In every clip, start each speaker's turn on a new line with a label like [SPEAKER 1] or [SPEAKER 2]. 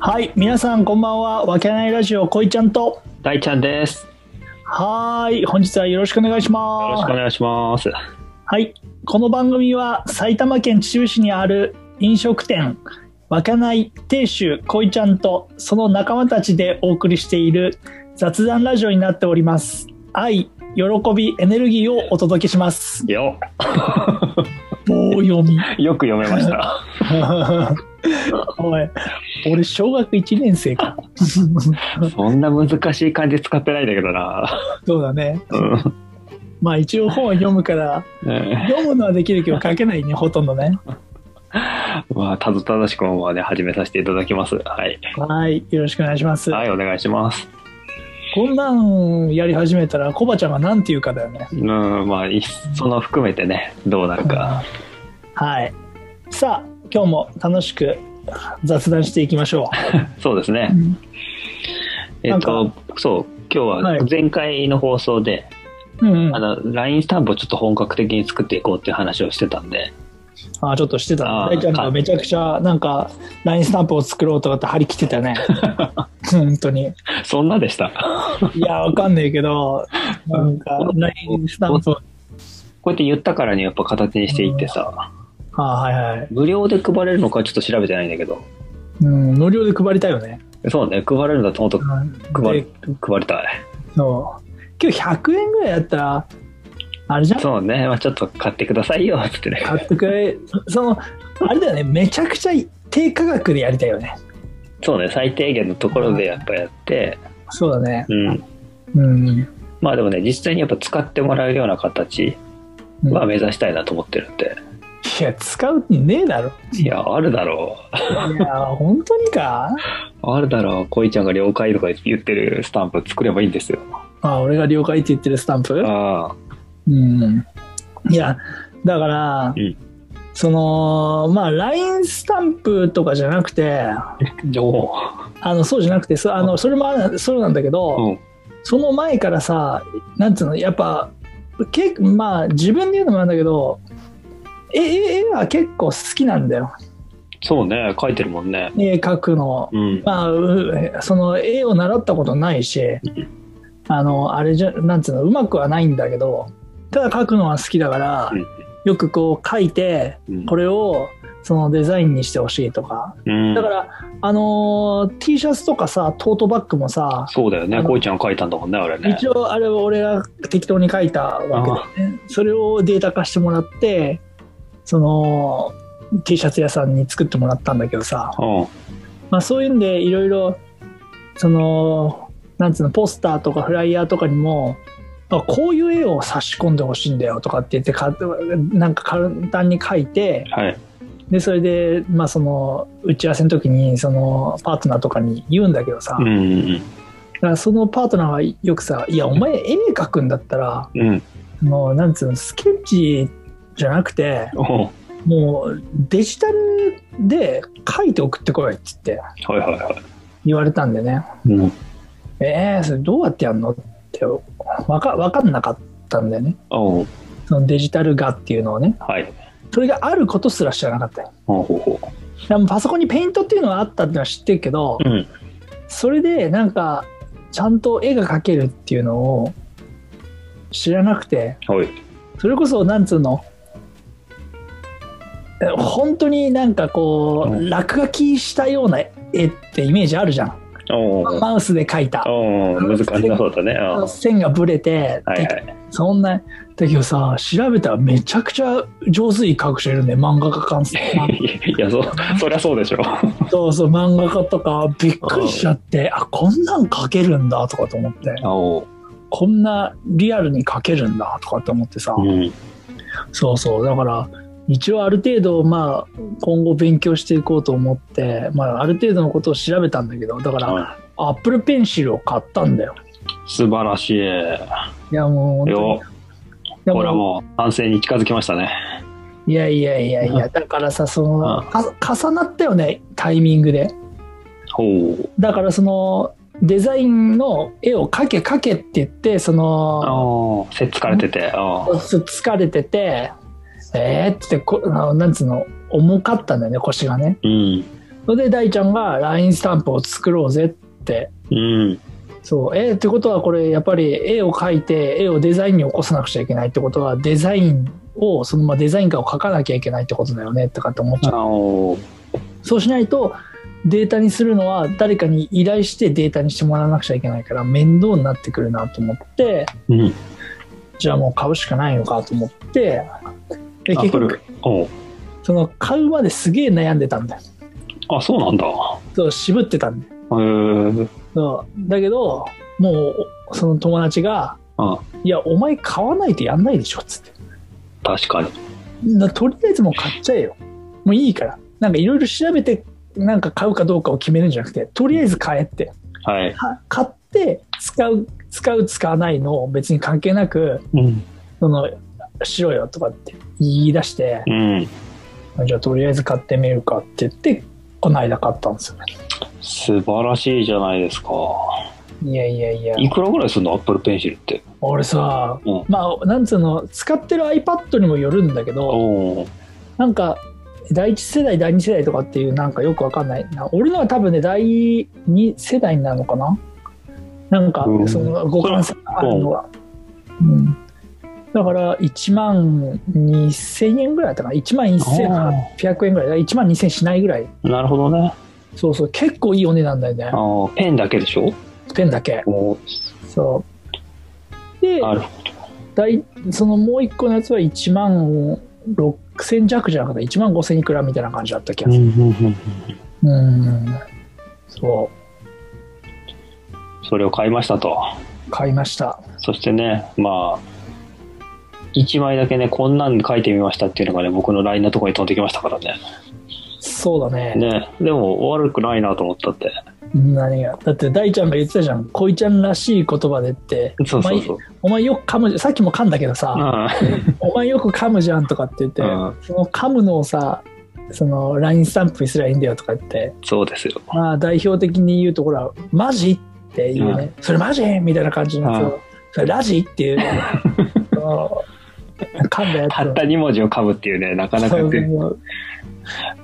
[SPEAKER 1] はい、皆さんこんばんは。わけないラジオこいちゃんと。
[SPEAKER 2] 大ちゃんです。よ
[SPEAKER 1] はーい、本日はよろしくお願いし
[SPEAKER 2] ろ
[SPEAKER 1] ま
[SPEAKER 2] し
[SPEAKER 1] す
[SPEAKER 2] くお。願いします。
[SPEAKER 1] はい、この番組は埼玉県秩父市にある飲食店。わけない亭主こいちゃんと、その仲間たちでお送りしている雑談ラジオになっております。愛、喜び、エネルギーをお届けします。
[SPEAKER 2] よ、
[SPEAKER 1] 棒読み。
[SPEAKER 2] よく読めました。
[SPEAKER 1] おい、俺小学1年生か。
[SPEAKER 2] そんな難しい漢字使ってないんだけどな。
[SPEAKER 1] そうだね。
[SPEAKER 2] うん
[SPEAKER 1] まあ一応本を読むから、
[SPEAKER 2] ね
[SPEAKER 1] 読むのはできるけど書けないね、ほとんどね。
[SPEAKER 2] まあ、たどたどしくもまで始めさせていただきます。はい。
[SPEAKER 1] はい、よろしくお願いします。
[SPEAKER 2] はい、お願いします。
[SPEAKER 1] こんなんやり始めたら、コバちゃんが何て言うかだよね。
[SPEAKER 2] うん、まあ、いっその含めてね、どうなるか。
[SPEAKER 1] はい。さあ、今日も楽しく雑談していきましょ
[SPEAKER 2] そうです
[SPEAKER 1] う。
[SPEAKER 2] ね。えっ
[SPEAKER 1] な
[SPEAKER 2] と、そう、今日
[SPEAKER 1] は
[SPEAKER 2] はい前回の放送で、
[SPEAKER 1] うんうん
[SPEAKER 2] あの、LINE スタンプをちょっと本格的に作っていこうっていう話をしてたんで、
[SPEAKER 1] あちょっとしてたね
[SPEAKER 2] あー
[SPEAKER 1] 大ちゃんがめちゃくちゃなんか LINE スタンプを作ろうとかって張り切ってたね本当に
[SPEAKER 2] そんなでした。
[SPEAKER 1] いやわかんないけどなんか LINE スタンプを
[SPEAKER 2] こうやって言ったからにやっぱ形にしていってさ、
[SPEAKER 1] あーはいはい、
[SPEAKER 2] 無料で配れるのかちょっと調べてないんだけど
[SPEAKER 1] うん、無料で配りたいよね、
[SPEAKER 2] そうね配れるんだともっと
[SPEAKER 1] うん、で
[SPEAKER 2] 配り配りたい
[SPEAKER 1] そう今日100円ぐらいやったらあれじゃん
[SPEAKER 2] そうね、まあ、ちょっと買ってくださいよっつってね
[SPEAKER 1] 買ってくれそのあれだよねめちゃくちゃ低価格でやりたいよね
[SPEAKER 2] そうね最低限のところでやっぱやって
[SPEAKER 1] そうだね
[SPEAKER 2] うん
[SPEAKER 1] うん
[SPEAKER 2] まあでもね実際にやっぱ使ってもらえるような形
[SPEAKER 1] うん
[SPEAKER 2] は目指したいなと思ってるんで、
[SPEAKER 1] いや使うってねえだろ
[SPEAKER 2] いやあるだろ
[SPEAKER 1] いや本当にか
[SPEAKER 2] うあるだろうこいちゃんが了解とか言ってるスタンプ作ればいいんですよ
[SPEAKER 1] あ俺が了解って言ってるスタンプ
[SPEAKER 2] ああ
[SPEAKER 1] うんいやだから、
[SPEAKER 2] うん
[SPEAKER 1] そのまあ LINE スタンプとかじゃなくて
[SPEAKER 2] お
[SPEAKER 1] あのそうじゃなくてそあのそれもあるそうなんだけど、
[SPEAKER 2] おうん
[SPEAKER 1] その前からさ、なんつうの、やっぱ、けまあ、自分で言うのもなんだけど、絵絵は結構好きなんだよ、
[SPEAKER 2] そうね書いてるもんね
[SPEAKER 1] 絵描くの。
[SPEAKER 2] うん
[SPEAKER 1] まあう、その絵を習ったことないし、あの、あれじゃ、なんつうの、うまくはないんだけど、ただ描くのは好きだから
[SPEAKER 2] うん、
[SPEAKER 1] よくこう描いて、
[SPEAKER 2] うん
[SPEAKER 1] これをそのデザインにしてほしいとか。
[SPEAKER 2] うん
[SPEAKER 1] だから、あのー、T シャツとかさ、トートバッグもさ、
[SPEAKER 2] そうだよねこいちゃんが書いたんだもんねあれね
[SPEAKER 1] 一応あれは俺が適当に書いたわけで、ね、それをデータ化してもらってその T シャツ屋さんに作ってもらったんだけどさ、
[SPEAKER 2] うん
[SPEAKER 1] まあ、そういうんでいろいろそのなんつうのポスターとかフライヤーとかにもあこういう絵を差し込んでほしいんだよとかって言ってかなんか簡単に書いて
[SPEAKER 2] はい
[SPEAKER 1] でそれで、まあ、その打ち合わせの時にそのパートナーとかに言うんだけどさ、
[SPEAKER 2] うんうん
[SPEAKER 1] だからそのパートナーはよくさ「いやお前絵描くんだったら
[SPEAKER 2] うんうん
[SPEAKER 1] もうなんつうのスケッチじゃなくて
[SPEAKER 2] おう
[SPEAKER 1] もうデジタルで描いて送ってこい」っつって
[SPEAKER 2] はいはいは
[SPEAKER 1] 言われたんでね
[SPEAKER 2] いうん
[SPEAKER 1] 「えー、それどうやってやんの?」ってわかわかんなかったんだよね
[SPEAKER 2] おう
[SPEAKER 1] そのデジタル画っていうのをね
[SPEAKER 2] はい
[SPEAKER 1] それがあることすら知らなかったよ
[SPEAKER 2] ほうほう
[SPEAKER 1] だ
[SPEAKER 2] ほ
[SPEAKER 1] からもうパソコンにペイントっていうのはあったっていうのは知ってるけど
[SPEAKER 2] ううん
[SPEAKER 1] それでなんかちゃんと絵が描けるっていうのを知らなくて
[SPEAKER 2] はい
[SPEAKER 1] それこそなんつうのえ本当になんかこう、
[SPEAKER 2] うん
[SPEAKER 1] 落書きしたような絵ってイメージあるじゃん、
[SPEAKER 2] おう
[SPEAKER 1] マウスで描いた
[SPEAKER 2] おう難しそうだねうんは
[SPEAKER 1] 線がぶれて、
[SPEAKER 2] い
[SPEAKER 1] で
[SPEAKER 2] はい
[SPEAKER 1] そんなだけどさ調べたらめちゃくちゃ上手い描く人いるね漫画家かん
[SPEAKER 2] い やそそりゃそうでしょ
[SPEAKER 1] そうそう漫画家とかびっくりしちゃってあこんなん描けるんだとかと思って
[SPEAKER 2] お
[SPEAKER 1] こんなリアルに描けるんだとかって思ってさ、
[SPEAKER 2] うん
[SPEAKER 1] そうそうだから一応ある程度まあ今後勉強していこうと思って、まあ、ある程度のことを調べたんだけどだから
[SPEAKER 2] は
[SPEAKER 1] アップルペンシルを買ったんだよ
[SPEAKER 2] い素晴らし
[SPEAKER 1] いやもう本
[SPEAKER 2] い
[SPEAKER 1] 当に
[SPEAKER 2] よ
[SPEAKER 1] で
[SPEAKER 2] これは
[SPEAKER 1] も
[SPEAKER 2] もう完成に近づきましたね
[SPEAKER 1] いやいやいやいうやだからさその
[SPEAKER 2] うん
[SPEAKER 1] か重なったよねタイミングで
[SPEAKER 2] ほう
[SPEAKER 1] だからそのデザインの絵を描け描けって言ってその
[SPEAKER 2] おうせっつかれてておう
[SPEAKER 1] 疲れててえー、ってこあのなんつうの重かったんだよね腰がね
[SPEAKER 2] うん
[SPEAKER 1] それで大ちゃんが LINE スタンプを作ろうぜって
[SPEAKER 2] うん。
[SPEAKER 1] そうえーってことはこれやっぱり絵を描いて絵をデザインに起こさなくちゃいけないってことはデザインをそのままデザイン化を描かなきゃいけないってことだよねとかって思っちゃう
[SPEAKER 2] あおー
[SPEAKER 1] そうしないとデータにするのは誰かに依頼してデータにしてもらわなくちゃいけないから面倒になってくるなと思って
[SPEAKER 2] うん。
[SPEAKER 1] じゃあもう買うしかないのかと思ってで
[SPEAKER 2] ア
[SPEAKER 1] 結
[SPEAKER 2] ップ
[SPEAKER 1] 局
[SPEAKER 2] ル。おう
[SPEAKER 1] その買うまですげえ悩んでたんだよ
[SPEAKER 2] あ、そうなんだ。へ
[SPEAKER 1] そう渋ってたんだよ
[SPEAKER 2] えー。
[SPEAKER 1] そうだけどもうその友達が
[SPEAKER 2] あ、
[SPEAKER 1] 「いやお前買わないとやんないでしょ」っつって
[SPEAKER 2] 確かに。
[SPEAKER 1] なとりあえずもう買っちゃえよもういいからなんかいろいろ調べてなんか買うかどうかを決めるんじゃなくてとりあえず買えって
[SPEAKER 2] はい。
[SPEAKER 1] か買って使う使う使わないのを別に関係なく
[SPEAKER 2] うん。
[SPEAKER 1] そのしろよとかって言い出して
[SPEAKER 2] うん。
[SPEAKER 1] じゃあとりあえず買ってみるかって言ってこの間買ったんですよね
[SPEAKER 2] 素晴らしいじゃないですか。
[SPEAKER 1] いやいやいや
[SPEAKER 2] いくらぐらいするのアップルペンシルって。
[SPEAKER 1] 俺さ
[SPEAKER 2] うん
[SPEAKER 1] まあなんつうの使ってる iPad にもよるんだけど
[SPEAKER 2] おお。
[SPEAKER 1] なんか第一世代第二世代とかっていうなんかよくわかんないな俺のは多分ね第二世代になるのかななんか
[SPEAKER 2] うん
[SPEAKER 1] その互換性があるのが、うん、だから1万2000円ぐらいだったかな1万1800円ぐらいだ1万2000円しないぐらい
[SPEAKER 2] なるほどね。
[SPEAKER 1] そうそう結構いいお値段だよね
[SPEAKER 2] あーペンだけでしょ
[SPEAKER 1] ペンだけ
[SPEAKER 2] おー
[SPEAKER 1] そうで
[SPEAKER 2] なる
[SPEAKER 1] 大そのもう一個のやつは1万6000弱じゃなくて1万5000いくらみたいな感じだった気がする、
[SPEAKER 2] うん
[SPEAKER 1] うんそ
[SPEAKER 2] それを買いましたと
[SPEAKER 1] う買いました
[SPEAKER 2] そしてねまあ1枚だけねこんなん書いてみましたっていうのがね僕の LINE のところに飛んできましたからね
[SPEAKER 1] そうだね
[SPEAKER 2] ねでも悪くないなと思ったって
[SPEAKER 1] 何がだって大ちゃんが言ってたじゃん恋ちゃんらしい言葉でって
[SPEAKER 2] そうそうそう
[SPEAKER 1] お前よく噛むじゃんさっきも噛んだけどさ、お前よく噛むじゃんとかって言って、
[SPEAKER 2] うん
[SPEAKER 1] その噛むのをさその LINE スタンプにすりゃいいんだよとか言って
[SPEAKER 2] うんそうですよ
[SPEAKER 1] まあ代表的に言うところは「マジ?」っていうね、それマジみたいな感じのやつを、
[SPEAKER 2] う
[SPEAKER 1] それラジっていう その噛んだやつ
[SPEAKER 2] たった2文字をかぶっていうねなかなか
[SPEAKER 1] そう
[SPEAKER 2] ね
[SPEAKER 1] そう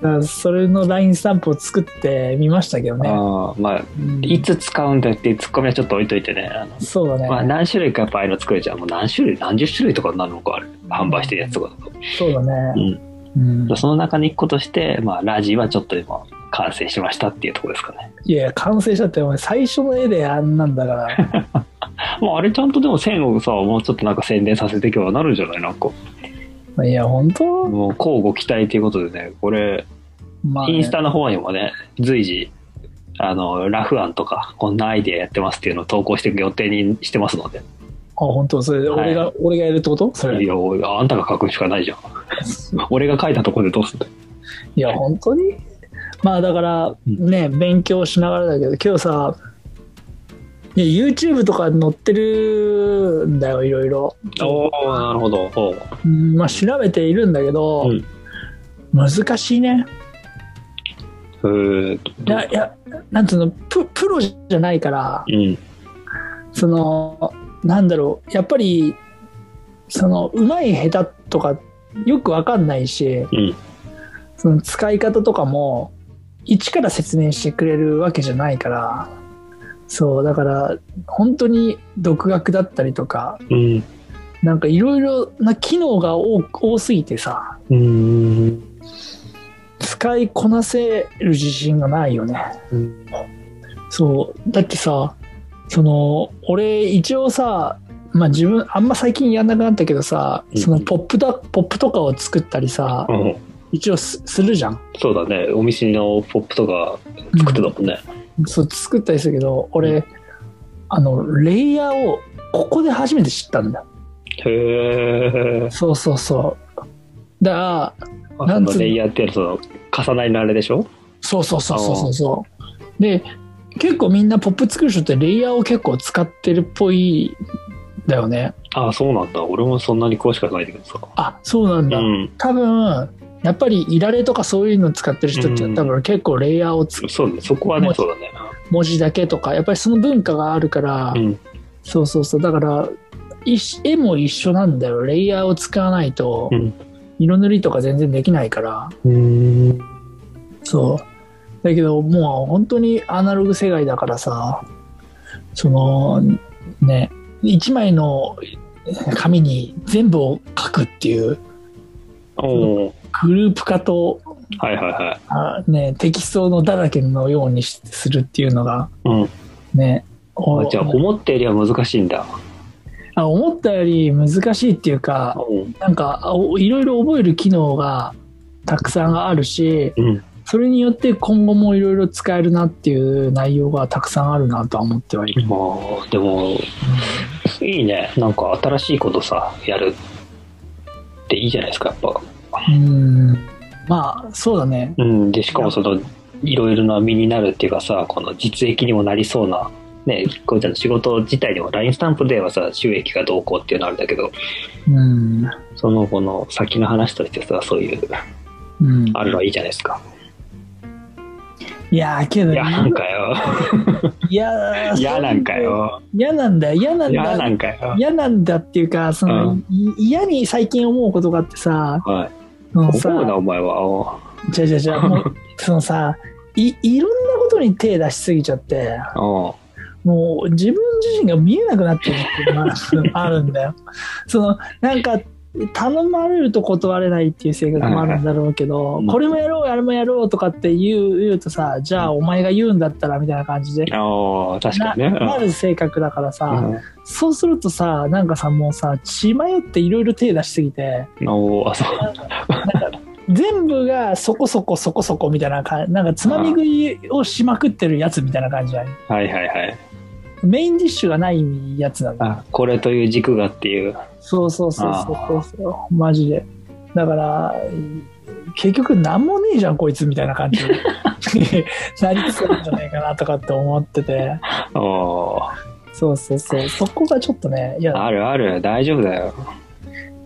[SPEAKER 1] だからそれの LINE スタンプを作ってみましたけどね、
[SPEAKER 2] あーまあ
[SPEAKER 1] うん
[SPEAKER 2] いつ使うんだっていうツッコミはちょっと置いといてねあの
[SPEAKER 1] そうだね、
[SPEAKER 2] まあ何種類かやっぱああいうの作れちゃうもう何種類何十種類とかになるのかある販売してるやつとかだと
[SPEAKER 1] そうだね。うん
[SPEAKER 2] その中の一個として、まあ、ラジはちょっと今、完成しましたっていうところですかね。
[SPEAKER 1] いやいや、完成したって、お前、最初の絵であんなんだから。
[SPEAKER 2] まあ、あれちゃんとでも線をさ、もうちょっとなんか宣伝させていけばなるんじゃないなんか、
[SPEAKER 1] まあ いや、本当
[SPEAKER 2] もう交互期待ということでね、これ、
[SPEAKER 1] まあね
[SPEAKER 2] インスタの方にもね、随時、あの、ラフ案とか、こんなアイデアやってますっていうのを投稿していく予定にしてますので。
[SPEAKER 1] あ、本当それ、
[SPEAKER 2] はい
[SPEAKER 1] 俺が、俺がやるってことそれ。
[SPEAKER 2] い
[SPEAKER 1] い
[SPEAKER 2] や、おいあんたが書くしかないじゃん。俺が書いたところでどうすんだよ
[SPEAKER 1] や、本当にまあ、だから、
[SPEAKER 2] うん
[SPEAKER 1] ね、勉強しながらだけど、今日さ、いや YouTube とか載ってるんだよ、いろいろ。
[SPEAKER 2] おおなるほど。おう
[SPEAKER 1] うんまあ、調べているんだけど、
[SPEAKER 2] うん
[SPEAKER 1] 難しいね。
[SPEAKER 2] えーっと
[SPEAKER 1] いや、いやなんつうの、ププロじゃないから、
[SPEAKER 2] うん。
[SPEAKER 1] そのなんだろうやっぱりそのうまい下手とかよくわかんないし
[SPEAKER 2] うん。
[SPEAKER 1] その使い方とかも一から説明してくれるわけじゃないからそうだから本当に独学だったりとか
[SPEAKER 2] うん。
[SPEAKER 1] なんかいろいろな機能が多多すぎてさ
[SPEAKER 2] うん。
[SPEAKER 1] 使いこなせる自信がないよね
[SPEAKER 2] うん。
[SPEAKER 1] そうだってさその俺一応さまあ自分あんま最近やんなくなったけどさ、
[SPEAKER 2] うん
[SPEAKER 1] そのポップだポップとかを作ったりさ、
[SPEAKER 2] うん
[SPEAKER 1] 一応すするじゃん、
[SPEAKER 2] そうだね、お店のポップとか作ってたもんね。
[SPEAKER 1] そう作ったりするけど俺、あのレイヤーをここで初めて知ったんだ
[SPEAKER 2] へえ。
[SPEAKER 1] そうそうそうだから
[SPEAKER 2] あ
[SPEAKER 1] なんつうの
[SPEAKER 2] そのレイヤーってやると、重なりのあれでしょ
[SPEAKER 1] そうそうそうそうそうそうで結構みんなポップ作る人ってレイヤーを結構使ってるっぽいんだよね
[SPEAKER 2] ああ、そうなんだ。俺もそんなに詳しくはないんだけどさ。
[SPEAKER 1] あそうなん
[SPEAKER 2] う
[SPEAKER 1] だ、
[SPEAKER 2] ん。
[SPEAKER 1] 多分やっぱりいられとかそういうの使ってる人って
[SPEAKER 2] うん
[SPEAKER 1] 多分結構レイヤーをつ
[SPEAKER 2] そうね、そこはね
[SPEAKER 1] も、う
[SPEAKER 2] そうだね。
[SPEAKER 1] 文字だけとかやっぱりその文化があるから、
[SPEAKER 2] うん。
[SPEAKER 1] そうそうそうだからいし絵も一緒なんだよレイヤーを使わないと
[SPEAKER 2] うん
[SPEAKER 1] 色塗りとか全然できないから
[SPEAKER 2] うん。
[SPEAKER 1] そうだけどもう本当にアナログ世界だからさそのね1枚の紙に全部を書くっていう
[SPEAKER 2] おお
[SPEAKER 1] グループ化と
[SPEAKER 2] はいはいはい
[SPEAKER 1] あ、ね、テキストのだらけのようにしするっていうのが
[SPEAKER 2] うん
[SPEAKER 1] ねお
[SPEAKER 2] あじゃあ思ったよりは難しいんだ
[SPEAKER 1] あ思ったより難しいっていうか
[SPEAKER 2] うん
[SPEAKER 1] なんかおいろいろ覚える機能がたくさんあるし
[SPEAKER 2] うん
[SPEAKER 1] それによって今後もいろいろ使えるなっていう内容がたくさんあるなとは思ってはいる。
[SPEAKER 2] まあでもいいねなんか新しいことさやるっていいじゃないですかやっぱ
[SPEAKER 1] うんまあそうだね。
[SPEAKER 2] うん、でしかもそのいろいろな身になるっていうかさこの実益にもなりそうなねこうちゃんの仕事自体にも LINE スタンプではさ収益がどうこうっていうのあるんだけど
[SPEAKER 1] うん。
[SPEAKER 2] そのこの先の話としてさそういう
[SPEAKER 1] うん、
[SPEAKER 2] あるのはいいじゃないですか
[SPEAKER 1] いやーけど
[SPEAKER 2] いやなんかよ
[SPEAKER 1] いや ー
[SPEAKER 2] いやなんか。よ
[SPEAKER 1] 嫌なんだ嫌なん
[SPEAKER 2] いや
[SPEAKER 1] だ
[SPEAKER 2] なんかよ
[SPEAKER 1] 嫌なんだっていうかその、
[SPEAKER 2] う
[SPEAKER 1] い嫌に最近思うことがあってさ
[SPEAKER 2] はい
[SPEAKER 1] その
[SPEAKER 2] 思うな
[SPEAKER 1] さ
[SPEAKER 2] お前はお
[SPEAKER 1] じゃあじゃあじゃあも うそのさいいろんなことに手出しすぎちゃって
[SPEAKER 2] お
[SPEAKER 1] もう自分自身が見えなくなってるっていうのがあるんだよ。そのなんか頼まれると断れないっていう性格もあるんだろうけど、
[SPEAKER 2] いはい
[SPEAKER 1] これもやろうあれもやろうとかって言う言うとさじゃあお前が言うんだったらみたいな感じで、
[SPEAKER 2] お確かにね
[SPEAKER 1] なる性格だから
[SPEAKER 2] う
[SPEAKER 1] さ、
[SPEAKER 2] ん
[SPEAKER 1] そうするとさなんかさもうさ血迷っていろいろ手出しすぎて
[SPEAKER 2] うんおあそう
[SPEAKER 1] 全部がそこそこそこそこみたいな感じなんかつまみ食いをしまくってるやつみたいな感じじゃない
[SPEAKER 2] はいはいはい
[SPEAKER 1] メインディッシュがないやつなんだよ
[SPEAKER 2] あこれという軸がっていう
[SPEAKER 1] そうそうそうそうそうそうマジでだから結局何もねえじゃんこいつみたいな感 じになりつつあるんじゃないかなとかって思ってて
[SPEAKER 2] お
[SPEAKER 1] そうそうそうそこがちょっとねいや
[SPEAKER 2] あるある大丈夫だよ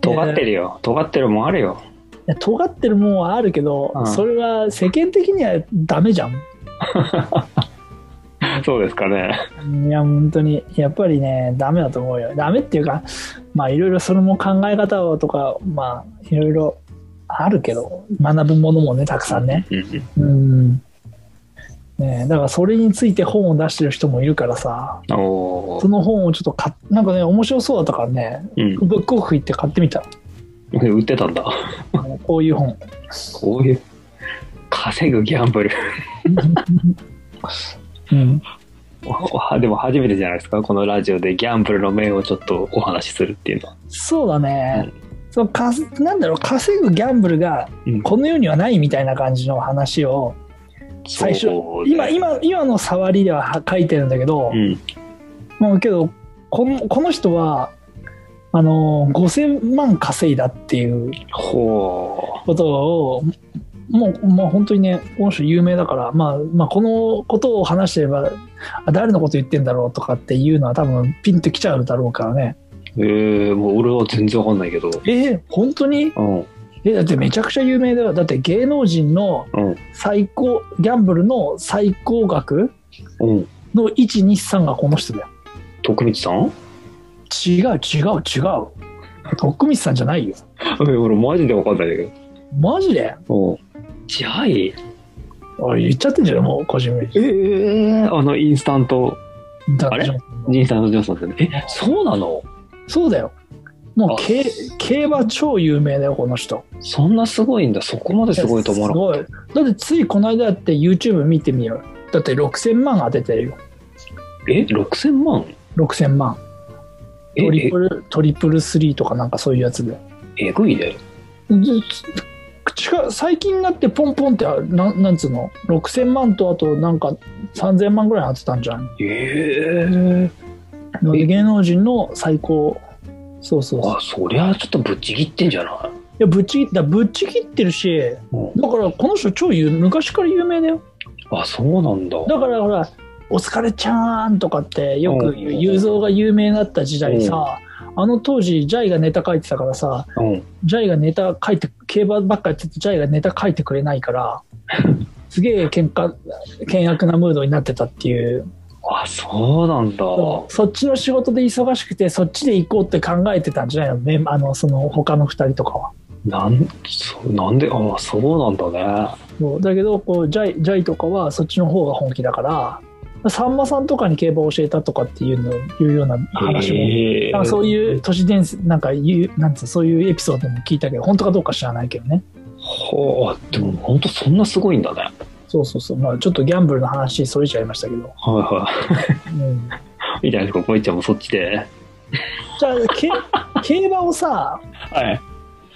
[SPEAKER 2] 尖ってるよ尖ってるもんあるよ
[SPEAKER 1] いや尖ってるもんはあるけど、
[SPEAKER 2] うん
[SPEAKER 1] それは世間的にはダメじゃん
[SPEAKER 2] そうですかね。
[SPEAKER 1] いや本当にやっぱりねダメだと思うよダメっていうかまあいろいろそれも考え方をとかまあいろいろあるけど学ぶものもねたくさんね
[SPEAKER 2] うん。
[SPEAKER 1] うんねえ、だからそれについて本を出してる人もいるからさ
[SPEAKER 2] お
[SPEAKER 1] その本をちょっと買っなんかね面白そうだったからね
[SPEAKER 2] うん。
[SPEAKER 1] ブックオフ行って買ってみた
[SPEAKER 2] 売ってたんだ。
[SPEAKER 1] こういう本
[SPEAKER 2] こういう、稼ぐギャンブル。
[SPEAKER 1] うん
[SPEAKER 2] おでも初めてじゃないですか、このラジオでギャンブルの面をちょっとお話しするっていうのは。
[SPEAKER 1] そうだね、そのかすなんだろう稼ぐギャンブルが
[SPEAKER 2] うん
[SPEAKER 1] この世にはないみたいな感じの話を最初
[SPEAKER 2] そうね
[SPEAKER 1] 今今今の触りではは書いてるんだけど、
[SPEAKER 2] うん。
[SPEAKER 1] もうけどこのこの人はあの5000万稼いだっていう
[SPEAKER 2] ほ
[SPEAKER 1] ことをもう、まあ、本当にねこの人有名だから、まあ、まあこのことを話してればあ誰のこと言ってんだろうとかっていうのは多分ピンときちゃうだろうからね
[SPEAKER 2] う。えー、もう俺は全然わかんないけど。
[SPEAKER 1] えー本当に
[SPEAKER 2] うん。
[SPEAKER 1] えだってめちゃくちゃ有名だよだって芸能人の
[SPEAKER 2] うん
[SPEAKER 1] 最高ギャンブルの最高額
[SPEAKER 2] うん。
[SPEAKER 1] の123がこの人だよ
[SPEAKER 2] 徳光さん
[SPEAKER 1] 違う違う違う徳光さんじゃないよ
[SPEAKER 2] え俺マジでわかんないんだけ
[SPEAKER 1] マジで
[SPEAKER 2] ど。うん。じゃあい
[SPEAKER 1] あ言っちゃってんじゃんもう個人名
[SPEAKER 2] えー、あのインスタント、
[SPEAKER 1] だ
[SPEAKER 2] あれインスタントジョンソンってね。え、そうなの
[SPEAKER 1] そうだよもう
[SPEAKER 2] あ
[SPEAKER 1] 競競馬超有名だよこの人
[SPEAKER 2] そんなすごいんだ。そこまですごいと思わなかった
[SPEAKER 1] いやすごいだってついこの間だって YouTube 見てみようだって6000万当ててるよ
[SPEAKER 2] え6000万
[SPEAKER 1] 6000万
[SPEAKER 2] え
[SPEAKER 1] トリ
[SPEAKER 2] え
[SPEAKER 1] プルトリプルスリーとかなんかそういうやつで
[SPEAKER 2] えぐいね
[SPEAKER 1] でつ近最近になってポンポンってなんなんつうの6000万とあとなんか3000万ぐらい当てたんじゃない
[SPEAKER 2] ええ
[SPEAKER 1] ので
[SPEAKER 2] え
[SPEAKER 1] 芸能人の最高そうそうそうい
[SPEAKER 2] あそりゃちょっとぶっちぎってんじゃない
[SPEAKER 1] やぶっちぎだぶっちぎってるし
[SPEAKER 2] うん
[SPEAKER 1] だからこの人超有昔から有名だよ
[SPEAKER 2] あそうなんだ
[SPEAKER 1] だからほら「お疲れちゃーん」とかってよく言
[SPEAKER 2] う
[SPEAKER 1] うん雄三が有名だった時代さあの当時ジャイがネタ書いてたからさ
[SPEAKER 2] うん
[SPEAKER 1] ジャイがネタ書いて競馬ばっかりやっててジャイがネタ書いてくれないからすげえ喧嘩険悪なムードになってたっていう
[SPEAKER 2] あそうなんだ
[SPEAKER 1] そうそっちの仕事で忙しくてそっちで行こうって考えてたんじゃないのメンあのその他の2人とかは。
[SPEAKER 2] なんそなんであそうなんだね
[SPEAKER 1] そうだけどこうジャイジャイとかはそっちの方が本気だからさんまさんとかに競馬を教えたとかっていうのいうような話も、
[SPEAKER 2] へえ
[SPEAKER 1] なんかそういう都市伝説なんかいうなんつうそういうエピソードも聞いたけど本当かどうか知らないけどね
[SPEAKER 2] はあでも本当そんなすごいんだねはい
[SPEAKER 1] そうそうそうまあちょっとギャンブルの話それちゃいましたけど、
[SPEAKER 2] は
[SPEAKER 1] うん、
[SPEAKER 2] いいいじゃないですかこいちゃんもそっちで
[SPEAKER 1] じゃあけ競馬をさ
[SPEAKER 2] はい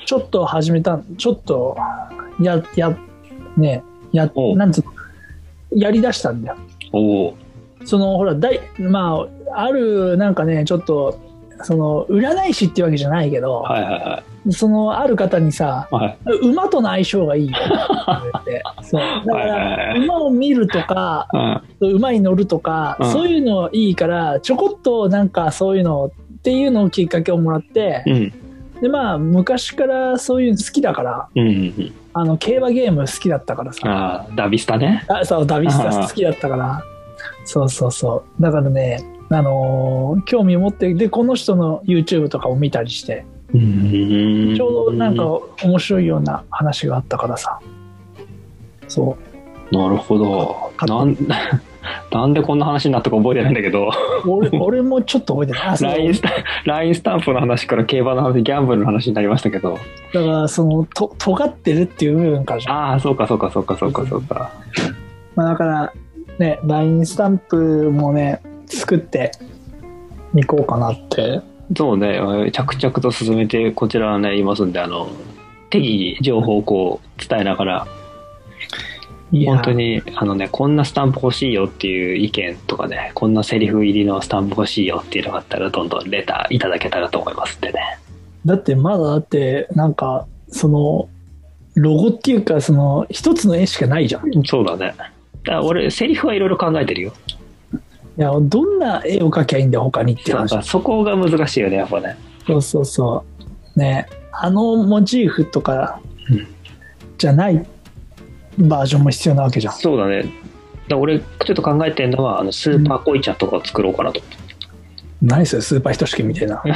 [SPEAKER 1] ちょっと始めたんちょっとややねや
[SPEAKER 2] おう
[SPEAKER 1] なんつうのやりだしたんだよ
[SPEAKER 2] おお
[SPEAKER 1] そのほらだいまああるなんかねちょっとその占い師っていうわけじゃないけど、
[SPEAKER 2] はいはいは
[SPEAKER 1] そのある方にさ
[SPEAKER 2] いはい
[SPEAKER 1] 馬との相性がいいよって言ってそうだか
[SPEAKER 2] はいはいは
[SPEAKER 1] ら
[SPEAKER 2] い
[SPEAKER 1] 馬を見るとか
[SPEAKER 2] うん
[SPEAKER 1] 馬に乗るとか、
[SPEAKER 2] うん
[SPEAKER 1] そういうのいいからちょこっとなんかそういうのっていうのをきっかけをもらって、
[SPEAKER 2] うん
[SPEAKER 1] でまあ昔からそういうの好きだから
[SPEAKER 2] うんうん
[SPEAKER 1] あの競馬ゲーム好きだったから
[SPEAKER 2] うん
[SPEAKER 1] さ
[SPEAKER 2] ああダビスタね
[SPEAKER 1] あそうダビスタ
[SPEAKER 2] あー
[SPEAKER 1] 好きだったからそうそうそうだからねあのー興味を持ってでこの人の YouTube とかを見たりして
[SPEAKER 2] うーん
[SPEAKER 1] ちょうどなんか面白いような話があったからさそ
[SPEAKER 2] なるほど
[SPEAKER 1] か
[SPEAKER 2] なん なんでこんな話になったか覚えてないんだけど
[SPEAKER 1] う俺俺もちょっと覚えてないあそう
[SPEAKER 2] LINE スタラインスタンプの話から競馬の話ギャンブルの話になりましたけど
[SPEAKER 1] だからそのと尖ってるっていう部分からじゃん
[SPEAKER 2] ああそうかそうかそうかそうかそうか
[SPEAKER 1] まあ、だからね LINE スタンプもね作っていこうかなって
[SPEAKER 2] そうねえー着々と進めてこちらはねいますんであの適宜情報をこう伝えながら
[SPEAKER 1] いや
[SPEAKER 2] 本当にあのねこんなスタンプ欲しいよっていう意見とかねこんなセリフ入りのスタンプ欲しいよっていうのがあったらどんどんレターいただけたらと思いますんでね
[SPEAKER 1] だってまだだってなんかそのロゴっていうかその一つの絵しかないじゃんい
[SPEAKER 2] そうだねだから俺セリフはいろいろ考えてるよ
[SPEAKER 1] やどんな絵を描きゃいいんだよ他にって
[SPEAKER 2] なん
[SPEAKER 1] 話
[SPEAKER 2] かそこが難しいよねやっぱね
[SPEAKER 1] そうそうそうねあのモチーフとか
[SPEAKER 2] うん
[SPEAKER 1] じゃないバージョンも必要なわけじゃん
[SPEAKER 2] そうだねだから俺ちょっと考えてるのはあのスーパーコイちゃんとかを作ろうかなと思って
[SPEAKER 1] 何それスーパーひとしきみたいな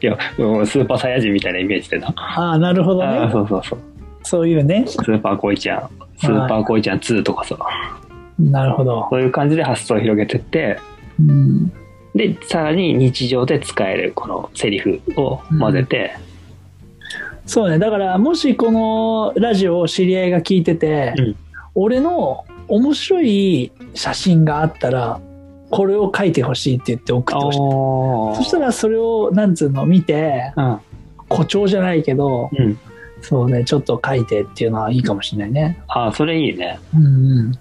[SPEAKER 2] いやもうスーパーサイヤ人みたいなイメージでな
[SPEAKER 1] ああなるほど
[SPEAKER 2] あー
[SPEAKER 1] ね
[SPEAKER 2] そうそうそう
[SPEAKER 1] そういうね
[SPEAKER 2] スーパーコイちゃんスーパーコイちゃん2とかさ
[SPEAKER 1] なるほど、
[SPEAKER 2] そういう感じで発想を広げてって
[SPEAKER 1] うん、
[SPEAKER 2] でさらに日常で使えるこのセリフを混ぜて、
[SPEAKER 1] そうねだからもしこのラジオを知り合いが聞いてて、
[SPEAKER 2] うん
[SPEAKER 1] 俺の面白い写真があったらこれを書いてほしいって言って送ってほしいそしたらそれをなんつうの見て
[SPEAKER 2] ら
[SPEAKER 1] 誇張じゃないけど
[SPEAKER 2] うん、うん、
[SPEAKER 1] そうねちょっと書いてっていうのはいいかもしれないね
[SPEAKER 2] ああそれいいね
[SPEAKER 1] うんうん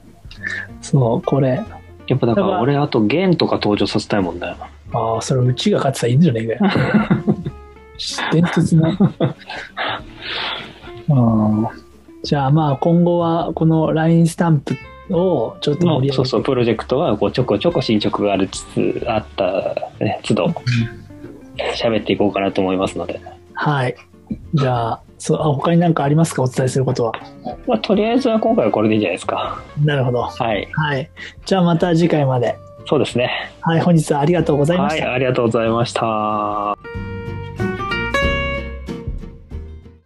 [SPEAKER 1] そうこれ
[SPEAKER 2] やっぱ
[SPEAKER 1] だ
[SPEAKER 2] だから
[SPEAKER 1] から
[SPEAKER 2] 俺あとゲンとか登場させたいもんね
[SPEAKER 1] ああそれうちが勝ってたらいいんじゃねえかよ伝説 のうんじゃあまあ今後はこの LINE スタンプをちょっと盛り上
[SPEAKER 2] の
[SPEAKER 1] げて
[SPEAKER 2] そうそうプロジェクトはこうちょこちょこ進捗があるつつあった、ね、都度喋っていこうかなと思いますので、
[SPEAKER 1] はいじゃあそうあ他に何かありますかお伝えすることは
[SPEAKER 2] まあ、とりあえずは今回はこれでいいんじゃないですか
[SPEAKER 1] なるほど
[SPEAKER 2] はい
[SPEAKER 1] はいじゃあまた次回まで
[SPEAKER 2] そうですね
[SPEAKER 1] はい本日はありがとうございまし
[SPEAKER 2] は
[SPEAKER 1] た、
[SPEAKER 2] いありがとうございました